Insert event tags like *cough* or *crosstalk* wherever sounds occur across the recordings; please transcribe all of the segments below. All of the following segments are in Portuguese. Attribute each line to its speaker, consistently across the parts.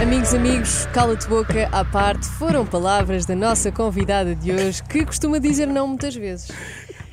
Speaker 1: Amigos, amigos, cala-te boca à parte. Foram palavras da nossa convidada de hoje que costuma dizer não muitas vezes.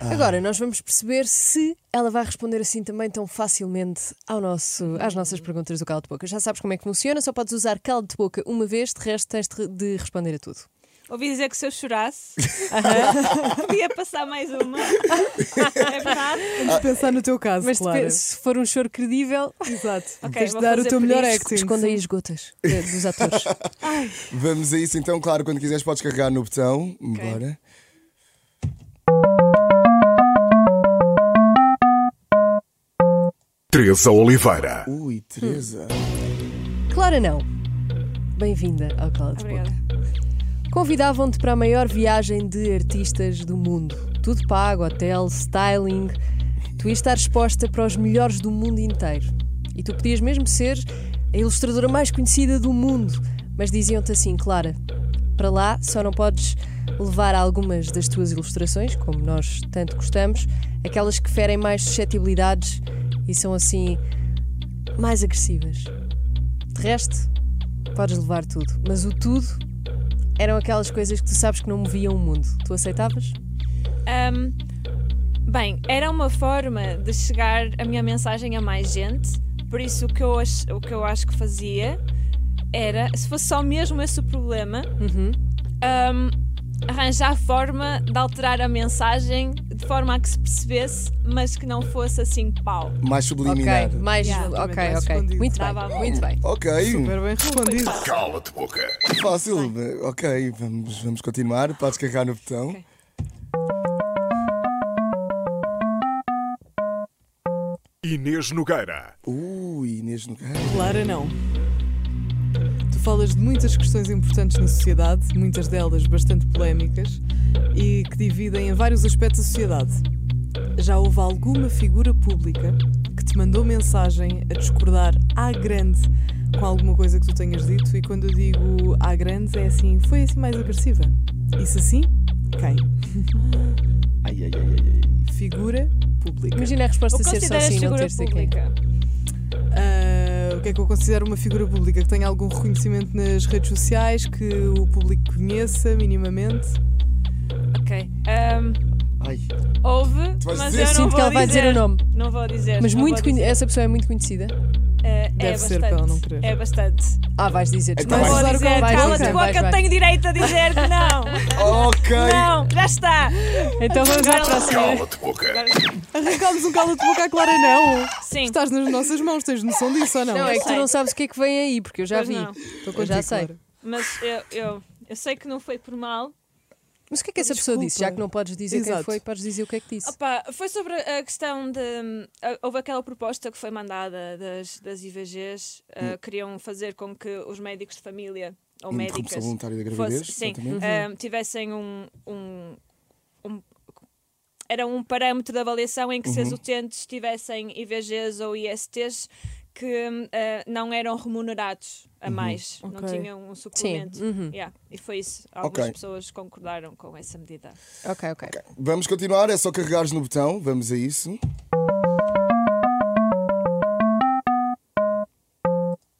Speaker 1: Agora, nós vamos perceber se ela vai responder assim também tão facilmente ao nosso, às nossas perguntas do cala-te boca. Já sabes como é que funciona, só podes usar cala-te boca uma vez, de resto tens de- de responder a tudo.
Speaker 2: Ouvi dizer que se eu chorasse, *laughs* podia passar mais uma. *laughs* É verdade?
Speaker 1: Ah,
Speaker 3: pensar no teu caso,
Speaker 1: Mas
Speaker 3: Clara.
Speaker 1: depe- se for um choro credível, *laughs*
Speaker 3: Exato.
Speaker 2: Ok,
Speaker 3: Tens de
Speaker 2: vou
Speaker 3: dar o
Speaker 2: fazer
Speaker 3: teu
Speaker 2: por
Speaker 3: melhor
Speaker 2: isto.
Speaker 3: acting.
Speaker 1: esconda aí as gotas eh, dos
Speaker 2: *laughs*
Speaker 1: atores.
Speaker 4: Vamos a isso então, claro, quando quiseres podes carregar no botão. Bora.
Speaker 5: Teresa Oliveira.
Speaker 4: Ui, Teresa.
Speaker 1: Clara, não. Bem-vinda ao Cala-te Boca.
Speaker 2: Obrigada.
Speaker 1: Convidavam-te para a maior viagem de artistas do mundo. Tudo pago, hotel, styling. Tu ias estar exposta para os melhores do mundo inteiro. E tu podias mesmo ser a ilustradora mais conhecida do mundo. Mas diziam-te assim, Clara, para lá só não podes levar algumas das tuas ilustrações, como nós tanto gostamos, aquelas que ferem mais suscetibilidades e são assim mais agressivas. De resto, podes levar tudo. Mas o tudo eram aquelas coisas que tu sabes que não moviam o mundo. Tu aceitavas?
Speaker 2: Ahm, bem, era uma forma de chegar a minha mensagem a mais gente, por isso o que eu, ach- o que eu acho que fazia era, se fosse só mesmo esse o problema,
Speaker 1: Uhum.
Speaker 2: ahm, arranjar forma de alterar a mensagem de forma a que se percebesse, mas que não fosse assim pau.
Speaker 4: Mais subliminar.
Speaker 1: Ok, mais.
Speaker 2: Yeah,
Speaker 1: ok,
Speaker 3: mais
Speaker 1: ok.
Speaker 3: escondido.
Speaker 1: Muito
Speaker 2: Dava
Speaker 1: bem,
Speaker 2: a
Speaker 1: muito bem.
Speaker 4: Ok,
Speaker 3: Super bem respondido.
Speaker 5: Cala-te boca.
Speaker 4: fácil. Ok, vamos, vamos continuar. Podes carregar no botão.
Speaker 2: Ok.
Speaker 5: Inês Nogueira.
Speaker 4: Ui, Inês Nogueira.
Speaker 3: Clara, não. Tu falas de muitas questões importantes na sociedade, muitas delas bastante polémicas e que dividem em vários aspectos a sociedade. Já houve alguma figura pública que te mandou mensagem a discordar à grande com alguma coisa que tu tenhas dito? E quando eu digo à grande, é assim, foi assim mais agressiva. Isso assim? Quem?
Speaker 4: Ai, ai, ai, ai. ai.
Speaker 3: Figura pública.
Speaker 1: Imagina a
Speaker 2: O
Speaker 1: resposta
Speaker 2: que
Speaker 1: ser só
Speaker 2: consideras
Speaker 1: sim, não
Speaker 2: figura
Speaker 1: teres de dizer quem.
Speaker 2: pública?
Speaker 3: Ah, o que é que eu considero uma figura pública? Que tenha algum reconhecimento nas redes sociais, que o público conheça minimamente. *laughs*
Speaker 2: Ok. ahm,
Speaker 4: Ai.
Speaker 2: Houve,
Speaker 4: vais
Speaker 2: mas
Speaker 4: dizer?
Speaker 2: eu não
Speaker 1: Sinto
Speaker 2: vou
Speaker 1: que ela vai dizer o nome.
Speaker 2: Não vou dizer.
Speaker 1: Mas
Speaker 2: não
Speaker 1: muito
Speaker 2: vou
Speaker 1: conhe-
Speaker 2: dizer.
Speaker 1: essa pessoa é muito conhecida.
Speaker 2: É,
Speaker 3: Deve
Speaker 2: é bastante,
Speaker 3: ser para ela não querer.
Speaker 2: É bastante.
Speaker 1: Ah, vais dizer.
Speaker 4: Então
Speaker 2: Não
Speaker 1: desculpa.
Speaker 4: vai.
Speaker 2: vou
Speaker 3: Vais
Speaker 2: dizer,
Speaker 3: agora, vais,
Speaker 2: cala-te
Speaker 1: vais,
Speaker 2: boca,
Speaker 1: vais, vais.
Speaker 2: tenho direito a dizer que não.
Speaker 4: Ok.
Speaker 2: não, já está.
Speaker 1: Então vamos à
Speaker 2: Agora ela-
Speaker 1: próxima.
Speaker 5: Cala-te boca.
Speaker 3: Arrancámos um calo de boca à Clara, não!
Speaker 2: Sim.
Speaker 3: Estás nas nossas mãos, tens noção disso ou não?
Speaker 1: Não, é que tu
Speaker 2: sei.
Speaker 1: não sabes o que é que vem aí, porque eu já
Speaker 2: Pois
Speaker 1: vi.
Speaker 2: não.
Speaker 3: Estou
Speaker 1: Eu já
Speaker 3: contigo,
Speaker 1: sei.
Speaker 3: Clara.
Speaker 2: Mas eu, eu, eu sei que não foi por mal.
Speaker 1: Mas o que é que essa pessoa
Speaker 3: Desculpa.
Speaker 1: disse? Já que não podes dizer quem
Speaker 3: Exato.
Speaker 1: foi, podes dizer o que é que disse.
Speaker 2: Opa, foi sobre a questão de. hum, ah, Houve aquela proposta que foi mandada das, das IVGs, ah,
Speaker 4: Hum.
Speaker 2: queriam fazer com que os médicos de família ou
Speaker 4: Interrupção
Speaker 2: médicas
Speaker 4: Hum, voluntária da
Speaker 2: fosse-
Speaker 4: gravidez.
Speaker 2: sim,
Speaker 4: exatamente.
Speaker 2: ahm, tivessem um, um, um- Era um parâmetro de avaliação em que se as
Speaker 4: Uhum.
Speaker 2: utentes tivessem IVGs ou ISTs que ah, não eram remunerados
Speaker 4: Uhum.
Speaker 2: a mais, não
Speaker 3: Ok.
Speaker 2: tinham um suplemento. Yeah, E foi isso. Algumas
Speaker 4: Ok.
Speaker 2: pessoas concordaram com essa medida.
Speaker 1: Ok, ok.
Speaker 4: Vamos continuar, é só carregares no botão. Vamos a isso.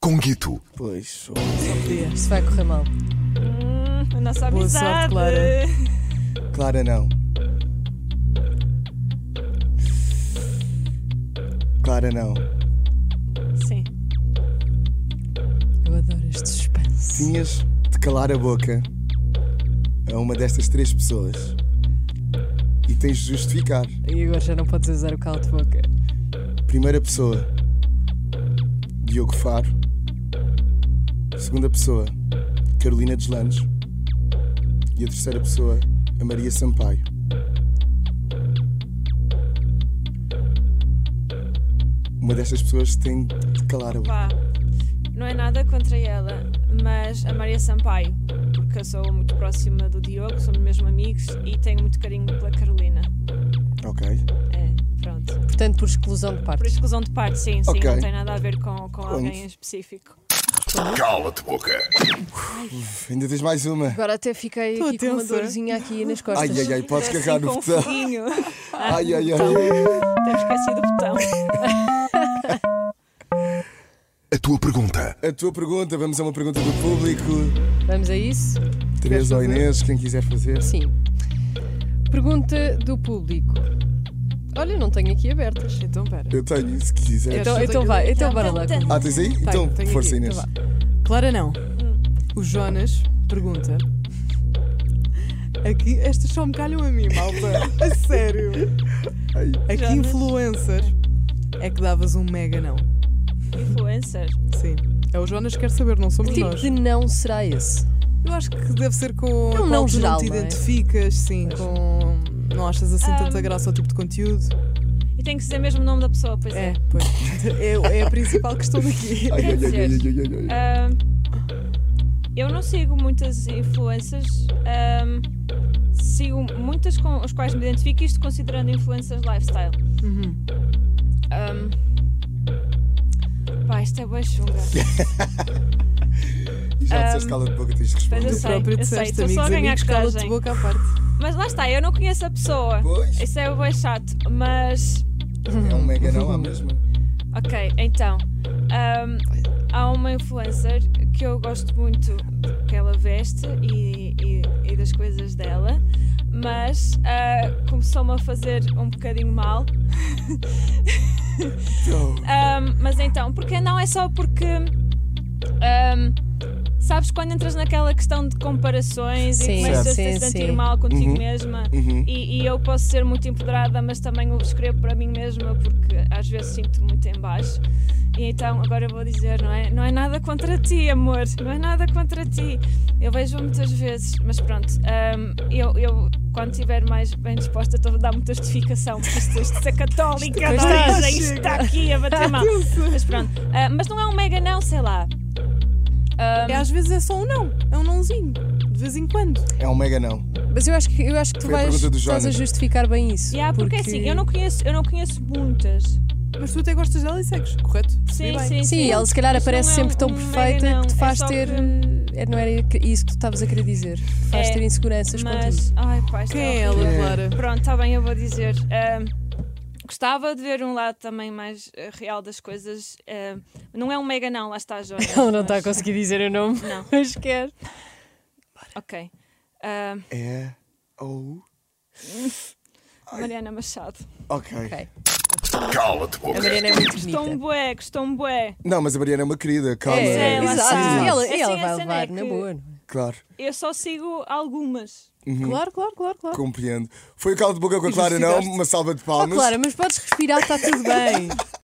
Speaker 5: Conguito.
Speaker 4: Pois.
Speaker 1: Isto vai correr mal.
Speaker 2: Hum, a *laughs* nossa
Speaker 3: Boa sorte,
Speaker 2: amizade.
Speaker 3: Clara.
Speaker 4: Clara, não. Clara, não.
Speaker 2: Sim.
Speaker 1: Eu adoro este suspense.
Speaker 4: Tinhas de calar a boca a uma destas três pessoas e tens de justificar.
Speaker 1: E agora já não podes usar o calo de boca.
Speaker 4: Primeira pessoa, Diogo Faro. Segunda pessoa, Carolina Deslandes. e a terceira pessoa, a Maria Sampaio. Uma destas pessoas tem de calar a boca.
Speaker 2: Pá, não é nada contra ela, mas a Maria Sampaio, porque eu sou muito próxima do Diogo, somos mesmo amigos e tenho muito carinho pela Carolina.
Speaker 4: Ok.
Speaker 2: É, pronto.
Speaker 1: Portanto, por exclusão de
Speaker 2: Por
Speaker 1: partes.
Speaker 2: exclusão de parte, sim, sim,
Speaker 4: Ok.
Speaker 2: não tem nada a ver com, com alguém em específico.
Speaker 5: Cala-te boca.
Speaker 4: Ainda tens mais uma.
Speaker 1: Agora até fiquei
Speaker 3: Estou
Speaker 1: aqui com uma
Speaker 3: tensa.
Speaker 1: dorzinha aqui nas
Speaker 4: Ai,
Speaker 1: costas.
Speaker 4: ai, ai, podes
Speaker 2: Era
Speaker 4: carregar
Speaker 2: assim,
Speaker 4: no
Speaker 2: com
Speaker 4: botão.
Speaker 2: foguinho. *laughs*
Speaker 4: Ai, ai, ai.
Speaker 2: Tenho esquecido o botão.
Speaker 5: A tua pergunta.
Speaker 4: A tua pergunta, vamos a uma pergunta do público.
Speaker 1: Vamos a isso?
Speaker 4: Teresa ou Inês, quem quiser fazer.
Speaker 1: Sim. Pergunta do público. Olha, não tenho aqui abertas.
Speaker 3: Então, pera.
Speaker 4: Eu tenho, se quiser.
Speaker 1: Então,
Speaker 3: Eu
Speaker 1: então
Speaker 3: tenho-
Speaker 1: vai, então bora lá.
Speaker 4: Ah, tens aí? então,
Speaker 3: tenho aqui,
Speaker 4: força,
Speaker 3: então
Speaker 4: Inês.
Speaker 3: vá. Clara não. O Jonas pergunta. Aqui, estas só me calham a mim, malta. A sério.
Speaker 4: Ai.
Speaker 3: A que
Speaker 2: Jonas?
Speaker 3: influencer é que davas um mega não?
Speaker 2: Influencer.
Speaker 3: Sim. É o Jonas que quer saber, não somos
Speaker 1: Que tipo
Speaker 3: nós.
Speaker 1: de não será esse?
Speaker 3: Eu acho que deve ser com a
Speaker 2: um
Speaker 1: não
Speaker 3: qual tu
Speaker 1: geral,
Speaker 3: te
Speaker 1: não é?
Speaker 3: identificas, sim, com. Não achas assim tanta
Speaker 2: Um,
Speaker 3: graça ao tipo de conteúdo? *laughs*
Speaker 2: E tem que dizer mesmo o nome da pessoa, pois é.
Speaker 3: É, pois. É, é a principal questão daqui.
Speaker 4: Ai, ai, ai, ai, ai, ai, ai.
Speaker 2: Ah, eu não sigo muitas influências. sigo muitas com as quais me identifico, isto considerando influências lifestyle.
Speaker 3: Uhum.
Speaker 2: Um, pá, isto é boa chunga.
Speaker 4: E
Speaker 3: Ehm,
Speaker 4: já disseste cala de boca, tens de responder.
Speaker 2: Eu
Speaker 3: Tu
Speaker 2: sei,
Speaker 3: próprio
Speaker 2: eu sei,
Speaker 3: disseste,
Speaker 2: estou só a
Speaker 3: amigos,
Speaker 2: ganhar
Speaker 3: amigos, cala-te
Speaker 2: coragem.
Speaker 3: boca à parte.
Speaker 2: Mas lá está, eu não conheço a pessoa.
Speaker 4: Pois.
Speaker 2: Isso é bem chato. Mas,
Speaker 4: É um mega não, há mesmo.
Speaker 3: Uhum.
Speaker 2: ok, então. um, há uma influencer que eu gosto muito do que ela veste e, e- e das coisas dela, mas ah, começou-me a fazer um bocadinho mal.
Speaker 4: Então,
Speaker 2: Ahm, mas então, porque não é só porque. ahm, sabes, quando entras naquela questão de é comparações
Speaker 1: Sim,
Speaker 2: e começas a
Speaker 1: sim,
Speaker 2: te sentir
Speaker 1: sim.
Speaker 2: mal contigo
Speaker 4: Uhum.
Speaker 2: mesma,
Speaker 4: Uhum.
Speaker 2: e, e eu posso ser muito empoderada, mas também o escrevo para mim mesma porque às vezes sinto-me muito em baixo. E então agora eu vou dizer, não é, não é nada contra ti, amor, não é nada contra ti. Eu vejo muitas vezes, mas pronto, ahm, eu, eu quando estiver mais bem disposta estou a dar muita justificação, porque isto, isto é católica,
Speaker 1: Isto-
Speaker 2: coragem,
Speaker 1: Chega.
Speaker 2: isto está aqui a
Speaker 1: *laughs*
Speaker 2: bater mal. mas pronto, Ah, mas não é um mega não, sei lá. Ahm,
Speaker 3: É, às vezes é só um não, é um nãozinho, de vez em quando.
Speaker 4: É um mega não.
Speaker 1: Mas eu acho que, eu acho que tu
Speaker 4: Foi a
Speaker 1: vais,
Speaker 4: pergunta do
Speaker 1: estás a
Speaker 4: Jonas.
Speaker 1: justificar bem isso.
Speaker 2: yeah, porque, assim, eu não conheço, eu não conheço muitas.
Speaker 3: Mas tu até gostas dela e segues, correto? Percebi
Speaker 2: Sim, sim,
Speaker 3: bem.
Speaker 1: Sim, ela se calhar
Speaker 2: Isto
Speaker 1: aparece
Speaker 2: não é
Speaker 1: sempre tão
Speaker 2: um mega
Speaker 1: perfeita
Speaker 2: não,
Speaker 1: que te
Speaker 2: é
Speaker 1: faz
Speaker 2: só
Speaker 1: ter.
Speaker 2: que-
Speaker 1: eh, Não era isso que tu estavas a querer dizer. Te Faz
Speaker 2: É,
Speaker 1: ter inseguranças contigo.
Speaker 2: Mas, ai, pá, isto
Speaker 3: Quem é
Speaker 2: horrível.
Speaker 3: ela,
Speaker 4: É.
Speaker 3: Clara?
Speaker 2: Pronto, está bem, eu vou dizer. Ahm, gostava de ver um lado também mais eh, real das coisas. Ahm, não é um mega não, lá está a Jonas.
Speaker 1: *laughs* Ela *laughs* não tá está a
Speaker 2: mas-
Speaker 1: conseguir dizer o nome,
Speaker 2: Não,
Speaker 1: *laughs* mas quer.
Speaker 2: ok. Ahm,
Speaker 4: É ou.
Speaker 2: Mariana Machado.
Speaker 4: Ok.
Speaker 1: Ok.
Speaker 5: Cala-te
Speaker 1: A
Speaker 5: boca.
Speaker 1: Mariana é muito
Speaker 2: Gostou-me
Speaker 1: bonita.
Speaker 2: bué, gostou-me bué.
Speaker 4: Não, mas a Mariana é uma querida, calma.
Speaker 2: É, ela
Speaker 1: exato.
Speaker 2: sabe.
Speaker 1: E ela,
Speaker 2: Assim,
Speaker 1: e ela
Speaker 2: a
Speaker 1: vai
Speaker 2: cena
Speaker 1: levar
Speaker 2: é
Speaker 1: na
Speaker 2: que-
Speaker 1: boa. não
Speaker 4: Claro,
Speaker 2: Eu só sigo algumas.
Speaker 1: Uhum.
Speaker 3: Claro, claro, claro, claro.
Speaker 4: compreendo. Foi o calo de boca com a
Speaker 3: E
Speaker 4: Clara, não?
Speaker 3: justificaste.
Speaker 4: Uma salva de
Speaker 1: é? Oh,
Speaker 4: palmas.
Speaker 1: Clara, mas podes respirar, está tudo bem.